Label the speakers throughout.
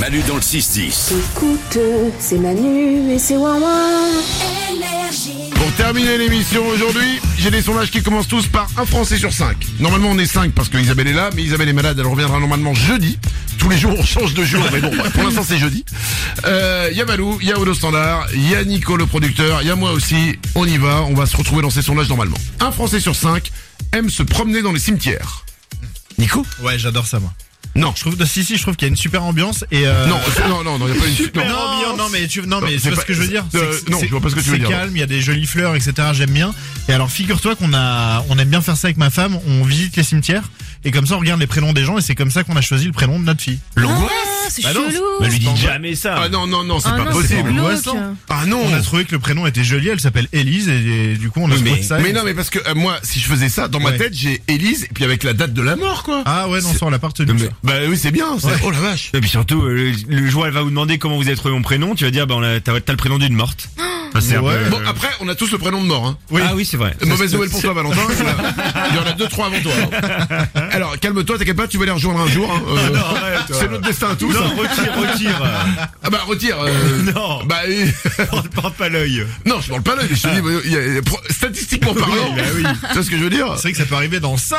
Speaker 1: Manu dans le 6-10.
Speaker 2: Écoute, c'est Manu et c'est Wawa.
Speaker 3: Pour terminer l'émission aujourd'hui, j'ai des sondages qui commencent tous par un Français sur cinq. Normalement, on est cinq parce que Isabelle est là, mais Isabelle est malade, elle reviendra normalement jeudi. Tous les jours, on change de jour, mais bon, bah, pour l'instant, c'est jeudi. Euh, Il y a Valou, il y a Odo Standard, il y a Nico le producteur, il y a moi aussi. On y va, on va se retrouver dans ces sondages normalement. Un Français sur cinq aime se promener dans les cimetières. Nico
Speaker 4: Ouais, j'adore ça moi.
Speaker 3: Non.
Speaker 4: Je trouve si si, je trouve qu'il y a une super ambiance et euh,
Speaker 3: Non, c'est- non, non, non, il n'y a pas une
Speaker 4: Non,
Speaker 3: non.
Speaker 4: non, non, mais tu, non, mais
Speaker 3: c'est
Speaker 4: tu vois
Speaker 3: pas-
Speaker 4: ce que je veux dire.
Speaker 3: euh,
Speaker 4: C'est que
Speaker 3: non,
Speaker 4: c'est-
Speaker 3: je vois pas ce que tu veux dire.
Speaker 4: C'est calme, il y a des jolies fleurs, etc. J'aime bien. Et alors, figure-toi qu'on a, on aime bien faire ça avec ma femme. On visite les cimetières et comme ça, on regarde les prénoms des gens et c'est comme ça qu'on a choisi le prénom de notre fille.
Speaker 2: L'angoisse
Speaker 5: Ah,
Speaker 2: C'est
Speaker 4: Bah non,
Speaker 2: chelou
Speaker 6: Bah, lui
Speaker 4: C'est
Speaker 6: dit
Speaker 4: pas
Speaker 6: jamais ça.
Speaker 3: Ah non, non, non, c'est
Speaker 2: Ah
Speaker 3: pas
Speaker 2: non, c'est
Speaker 3: possible.
Speaker 2: glauque.
Speaker 3: Ah non,
Speaker 4: On a trouvé que le prénom était joli. Elle s'appelle Élise et, et du coup, on a
Speaker 3: Oui,
Speaker 4: trouvé
Speaker 3: mais,
Speaker 4: ça.
Speaker 3: mais non, mais parce que euh, moi, si je faisais ça, dans ma
Speaker 4: Ouais.
Speaker 3: tête, j'ai Élise, et puis avec la date de la mort, quoi.
Speaker 4: Ah ouais, non,
Speaker 3: C'est-
Speaker 4: ça on l'a pas retenu,
Speaker 3: Non,
Speaker 4: ça.
Speaker 3: mais- bah oui, c'est bien. c'est-
Speaker 4: Ouais.
Speaker 3: Oh la vache.
Speaker 6: Et puis surtout, euh, le, le jour elle va vous demander comment vous avez trouvé mon prénom, tu vas dire bah on a- t'as t'as le prénom d'une morte. Ah, c'est un
Speaker 4: Ouais.
Speaker 6: peu-
Speaker 3: Bon, après, on a tous le prénom de mort. Hein.
Speaker 4: oui.
Speaker 6: Ah oui c'est vrai.
Speaker 3: Mauvaise nouvelle pour toi, Valentin. Il y en a- Il y en a deux, trois avant toi. hein. Alors, calme-toi, t'inquiète pas, tu vas les rejoindre un jour. hein, euh, c'est notre destin à tous. hein.
Speaker 6: Non retire retire.
Speaker 3: Ah bah, retire. euh,
Speaker 6: Non.
Speaker 3: Bah, euh,
Speaker 6: On ne porte pas l'œil.
Speaker 3: non, je parle pas là, mais je te dis, bah, il y a- pro- statistiquement parlant, tu vois ce que je veux dire
Speaker 4: C'est vrai que ça peut arriver dans 5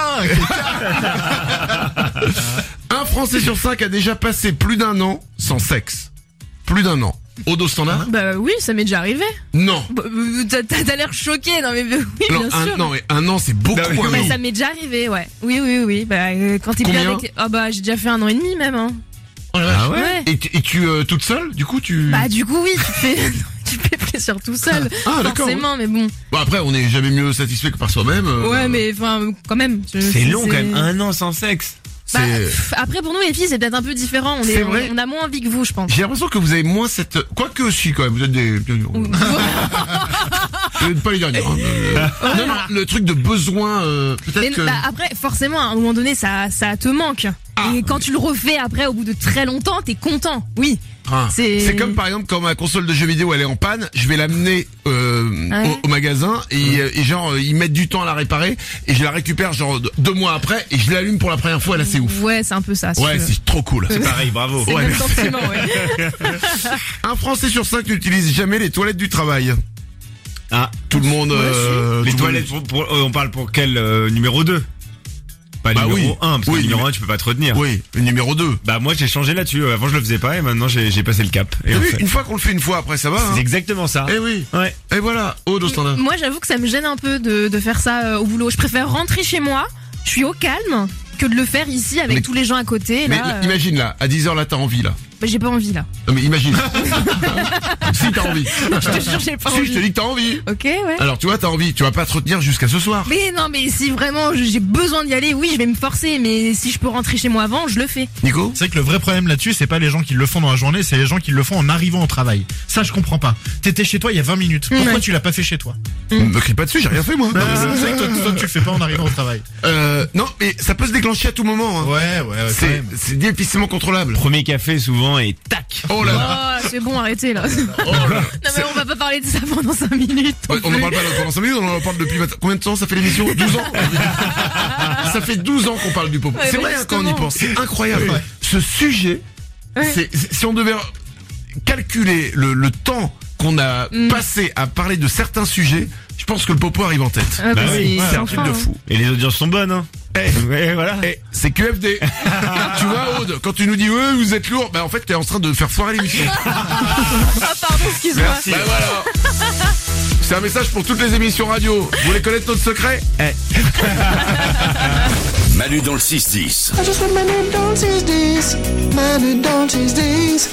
Speaker 3: Un Français sur cinq a déjà passé plus d'un an sans sexe. Plus d'un an. Au dos standard
Speaker 5: Bah oui, ça m'est déjà arrivé.
Speaker 3: Non.
Speaker 5: Bah, euh, T'as t'as- t'as l'air choqué, non mais euh, oui,
Speaker 3: Non,
Speaker 5: bien
Speaker 3: un,
Speaker 5: sûr.
Speaker 3: non, mais un an, c'est beaucoup.
Speaker 6: Non,
Speaker 3: un
Speaker 5: Bah,
Speaker 3: an.
Speaker 5: ça m'est déjà arrivé, ouais. Oui, oui, oui. Bah, euh, quand t'es plus
Speaker 3: Combien
Speaker 5: avec. Ah bah, j'ai déjà fait un an et demi même. Hein.
Speaker 6: Ah ouais.
Speaker 5: Ouais.
Speaker 3: Et, tu- et tu euh, toute seule, du coup, tu.
Speaker 5: Bah, du coup, oui, tu fais, tu fais plaisir tout seul.
Speaker 3: ah d'accord. oui.
Speaker 5: forcément, mais bon.
Speaker 3: Bon, après, on n'est jamais mieux satisfait que par soi-même. euh,
Speaker 5: Ouais, mais enfin, quand même. je-
Speaker 6: C'est long quand même. Un an sans sexe.
Speaker 5: Bah,
Speaker 3: hein. c'est-
Speaker 5: pff, après, pour nous, les filles, c'est peut-être un peu différent. On, est,
Speaker 3: C'est
Speaker 5: on-
Speaker 3: vrai.
Speaker 5: on a moins envie que vous, je pense.
Speaker 3: J'ai l'impression que vous avez moins cette. Quoique si quand même, vous êtes des.
Speaker 5: Bah.
Speaker 3: Vous n'êtes pas les derniers. hein. Euh, Non, non, le truc de besoin, euh,
Speaker 5: Mais
Speaker 3: peut-être que.
Speaker 5: bah, après, forcément, à un moment donné, ça, ça te manque.
Speaker 3: Ah.
Speaker 5: Et quand tu le refais après, au bout de très longtemps, t'es content. Oui.
Speaker 3: Ah.
Speaker 5: c'est-
Speaker 3: C'est comme par exemple quand ma console de jeux vidéo elle est en panne, je vais l'amener euh,
Speaker 5: Ouais.
Speaker 3: au, au magasin et, euh, et genre euh, ils mettent du temps à la réparer et je la récupère genre d- deux mois après et je l'allume pour la première fois là c'est ouf.
Speaker 5: Ouais, c'est un peu ça. si
Speaker 3: Ouais
Speaker 5: tu veux.
Speaker 3: c'est trop cool.
Speaker 6: Pareil bravo.
Speaker 5: C'est
Speaker 3: Ouais,
Speaker 5: le même
Speaker 3: merci.
Speaker 5: sentiment, ouais.
Speaker 3: Un Français sur cinq n'utilise jamais les toilettes du travail.
Speaker 6: Ah.
Speaker 3: Tout le monde. euh,
Speaker 6: Les
Speaker 3: tout le monde-
Speaker 6: toilettes pour- pour- euh, on parle pour quel euh, numéro 2 Pas
Speaker 3: Bah
Speaker 6: numéro
Speaker 3: oui.
Speaker 6: 1 parce que
Speaker 3: Oui,
Speaker 6: le numéro
Speaker 3: numé-
Speaker 6: 1 tu peux pas te retenir.
Speaker 3: Oui, le numéro 2.
Speaker 6: Bah moi j'ai changé là-dessus. Avant je le faisais pas et maintenant j'ai j'ai passé le cap. Et
Speaker 3: T'as
Speaker 6: en
Speaker 3: vu,
Speaker 6: fait-
Speaker 3: une fois qu'on le fait une fois après ça va. hein.
Speaker 6: C'est exactement ça.
Speaker 3: Eh oui.
Speaker 6: Ouais.
Speaker 3: Et voilà, au dos standard.
Speaker 5: Moi, j'avoue que ça me gêne un peu de, de faire ça euh, au boulot. Je préfère rentrer chez moi, je suis au calme, que de le faire ici avec
Speaker 3: Mais-
Speaker 5: tous les gens à côté.
Speaker 3: Mais
Speaker 5: Là, euh,
Speaker 3: imagine là, à 10h là t'as envie là.
Speaker 5: bah, j'ai pas envie là.
Speaker 3: Non mais imagine. si t'as envie.
Speaker 5: Je te jure, j'ai pas
Speaker 3: Si
Speaker 5: envie.
Speaker 3: je te dis que t'as envie.
Speaker 5: Ok, ouais.
Speaker 3: Alors tu vois t'as envie, tu vas pas te retenir jusqu'à ce soir.
Speaker 5: Mais non, mais si vraiment j'ai besoin d'y aller, oui, je vais me forcer. Mais si je peux rentrer chez moi avant, je le fais.
Speaker 3: Nico
Speaker 4: C'est vrai que le vrai problème là-dessus, c'est pas les gens qui le font dans la journée, c'est les gens qui le font en arrivant au travail. Ça, je comprends pas. T'étais chez toi il y a 20 minutes. Pourquoi
Speaker 5: Ouais.
Speaker 4: tu l'as pas fait chez toi
Speaker 5: Mm.
Speaker 3: Me crie pas dessus, j'ai rien fait moi.
Speaker 4: C'est vrai que toi, toi, tu le fais pas en arrivant au travail.
Speaker 3: Euh, non mais ça peut se déclencher à tout moment. hein.
Speaker 4: Ouais, ouais, ouais. quand
Speaker 3: c'est
Speaker 4: même.
Speaker 3: c'est difficilement contrôlable.
Speaker 6: Premier café souvent et tac.
Speaker 3: Oh là là.
Speaker 5: Oh, c'est bon, arrêtez là. non, mais on va pas parler de ça pendant 5 minutes. non
Speaker 3: On en
Speaker 5: plus.
Speaker 3: parle pas pendant 5 minutes, on en parle depuis maintenant- combien de temps ça fait l'émission 12 ans Ça fait 12 ans qu'on parle du popo.
Speaker 5: Ouais,
Speaker 3: c'est
Speaker 5: bah
Speaker 3: vrai hein, quand on y
Speaker 5: justement.
Speaker 3: pense, c'est incroyable. Ce sujet,
Speaker 5: Ouais.
Speaker 3: c'est- c'est- si on devait calculer le, le temps qu'on a
Speaker 5: Mm.
Speaker 3: passé à parler de certains sujets, je pense que le popo arrive en tête.
Speaker 5: Ah, bah, c'est
Speaker 6: oui,
Speaker 5: c'est
Speaker 6: un
Speaker 5: enfin,
Speaker 6: truc de
Speaker 5: hein.
Speaker 6: fou. Et les audiences sont bonnes hein. Ouais, voilà.
Speaker 3: Eh, c'est QFD. tu vois, Aude, quand tu nous dis, ouais, vous êtes lourd, bah en fait, t'es en train de faire foirer l'émission.
Speaker 5: Ah, pardon, excuse-moi.
Speaker 3: Bah voilà. C'est un message pour toutes les émissions radio. Vous voulez connaître notre secret
Speaker 1: Manu dans le 6-10.
Speaker 7: I just want my new don't tease this. My new don't tease this.